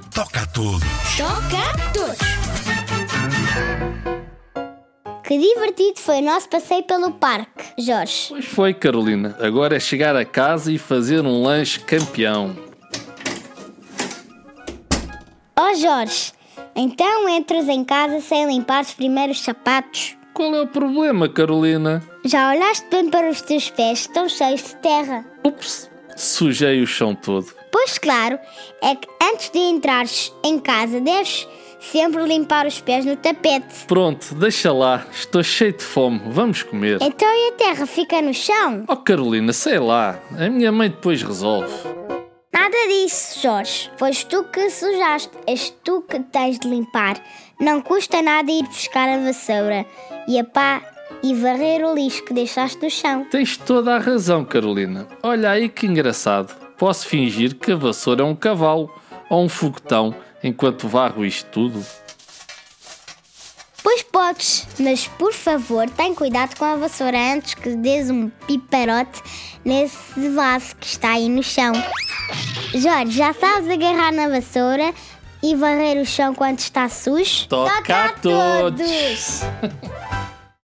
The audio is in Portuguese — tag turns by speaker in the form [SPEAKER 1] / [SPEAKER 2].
[SPEAKER 1] tudo.
[SPEAKER 2] Toca todos! Que divertido foi o nosso passeio pelo parque, Jorge.
[SPEAKER 3] Pois foi, Carolina. Agora é chegar a casa e fazer um lanche campeão.
[SPEAKER 2] Oh Jorge, então entras em casa sem limpar os primeiros sapatos?
[SPEAKER 3] Qual é o problema, Carolina?
[SPEAKER 2] Já olhaste bem para os teus pés, estão cheios de terra.
[SPEAKER 3] Ups, sujei o chão todo.
[SPEAKER 2] Pois claro, é que antes de entrares em casa deves sempre limpar os pés no tapete.
[SPEAKER 3] Pronto, deixa lá. Estou cheio de fome. Vamos comer.
[SPEAKER 2] Então e a terra fica no chão?
[SPEAKER 3] Oh, Carolina, sei lá. A minha mãe depois resolve.
[SPEAKER 2] Nada disso, Jorge. Foste tu que sujaste, és tu que tens de limpar. Não custa nada ir buscar a vassoura e a pá e varrer o lixo que deixaste no chão.
[SPEAKER 3] Tens toda a razão, Carolina. Olha aí que engraçado. Posso fingir que a vassoura é um cavalo ou um foguetão enquanto varro isto tudo?
[SPEAKER 2] Pois podes, mas por favor, tem cuidado com a vassoura antes que dês um piparote nesse vaso que está aí no chão. Jorge, já sabes agarrar na vassoura e varrer o chão quando está sujo?
[SPEAKER 3] Toca a todos.